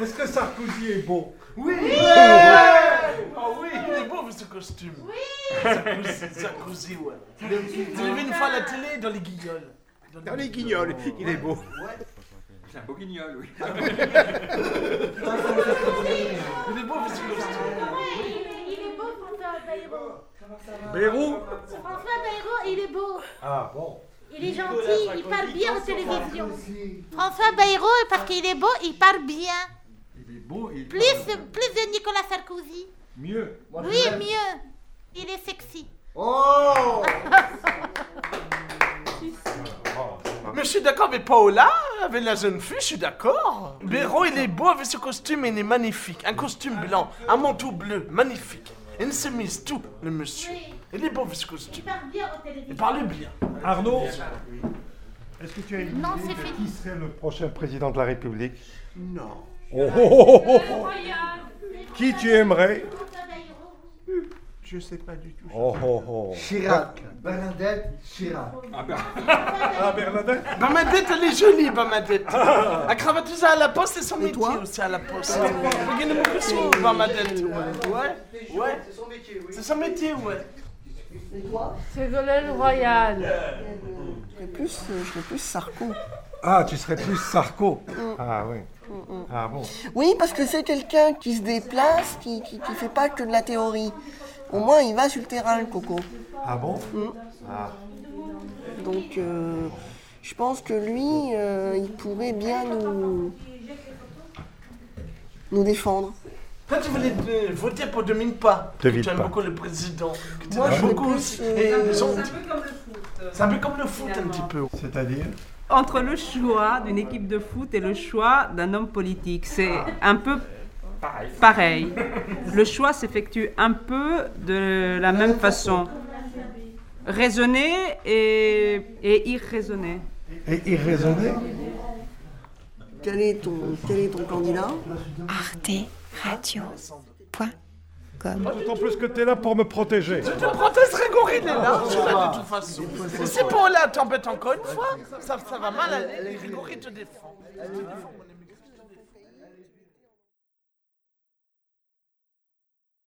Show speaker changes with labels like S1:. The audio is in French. S1: Est-ce que Sarkozy est beau
S2: Oui Ah oui, il est beau ce costume.
S3: Oui
S2: Sarkozy, Sarkozy, ouais. Tu l'as vu une fois à la télé dans les guignols.
S1: Dans les guignols, il est beau.
S2: Ouais.
S4: C'est un beau guignol, oui.
S2: Ah Il est beau ce costume.
S3: Oui, il est- il est beau, François Bayrou.
S1: Bérou
S3: François Bayrou, il est beau.
S1: Ben, Ah bon.
S3: Il est gentil, il parle bien aux télévisions. François Bayrou, parce qu'il est beau, il parle bien.
S4: Il est beau et il
S3: Plus,
S1: Ah,
S3: plus de Nicolas Sarkozy.
S4: mieux.
S3: Oui, mieux. Il est sexy.
S5: Oh
S2: Mais je suis d'accord avec Paola, avec la jeune fille, je suis d'accord. Béro, il est beau avec ce costume, il est magnifique. Un costume blanc, un manteau bleu, magnifique. Une chemise, tout, le monsieur.
S3: Oui,
S2: Il est beau avec ce
S3: il
S2: costume.
S3: parle bien aux
S2: Il
S3: télévisions.
S2: parle bien.
S1: Arnaud, est-ce que tu as une
S3: Non,
S1: idée
S3: c'est
S1: de
S3: fini.
S1: qui serait le prochain président de la République
S5: Non.
S1: Oh, oh, oh, oh, oh. Qui tu aimerais
S3: François Bayrou.
S5: Je sais pas du tout.
S1: Oh, oh, oh.
S5: Chirac. Bernadette Chirac.
S4: Ah ben,
S1: Ah, Bernadette
S2: Bamadette, elle
S6: Ah,
S2: est jolie, Bamadette. La cravatiser à la poste, c'est son métier aussi à la poste.
S6: Ah,
S2: Regardez mon costume, Bamadette. Ouais, ouais, ouais.
S5: C'est son métier, oui.
S2: C'est son métier, ouais.
S5: Et toi
S7: Ségolène Royal.
S6: Je serais plus, euh, je serais plus Sarko.
S1: Ah, tu serais plus Sarko.
S3: Mm.
S1: Ah oui. Ah bon.
S6: Oui, parce que c'est quelqu'un qui se déplace, qui ne qui, qui fait pas que de la théorie. Au moins, il va sur le terrain, le coco.
S1: Ah bon Ah.
S6: Donc, euh, je pense que lui, euh, il pourrait bien nous, nous défendre.
S2: Toi, tu voulais euh, voter pour Domine pas.
S1: Devine
S2: tu aimes
S1: pas.
S2: beaucoup le président. que Tu
S6: Moi,
S2: aimes
S6: je veux
S2: beaucoup
S6: plus,
S2: aussi.
S6: euh,
S2: Et
S6: un peu-
S2: ils ont-
S8: C'est un peu comme le foot.
S2: C'est un peu comme le foot, un petit peu.
S1: C'est-à-dire
S8: Entre le choix d'une équipe de foot et le choix d'un homme politique, c'est un peu pareil. Le choix s'effectue un peu de la même façon. Raisonné et, et irraisonné.
S1: Et irraisonné
S6: Quel est ton, quel est ton candidat
S1: Ah, D'autant plus que t'es là pour me protéger.
S2: Tu protestes Grégory, il est là, tu l'as de toute façon. Si Paula t'embête encore une fois, ça, ça va mal aller. Grégory te défend. Il te défend, mon ami.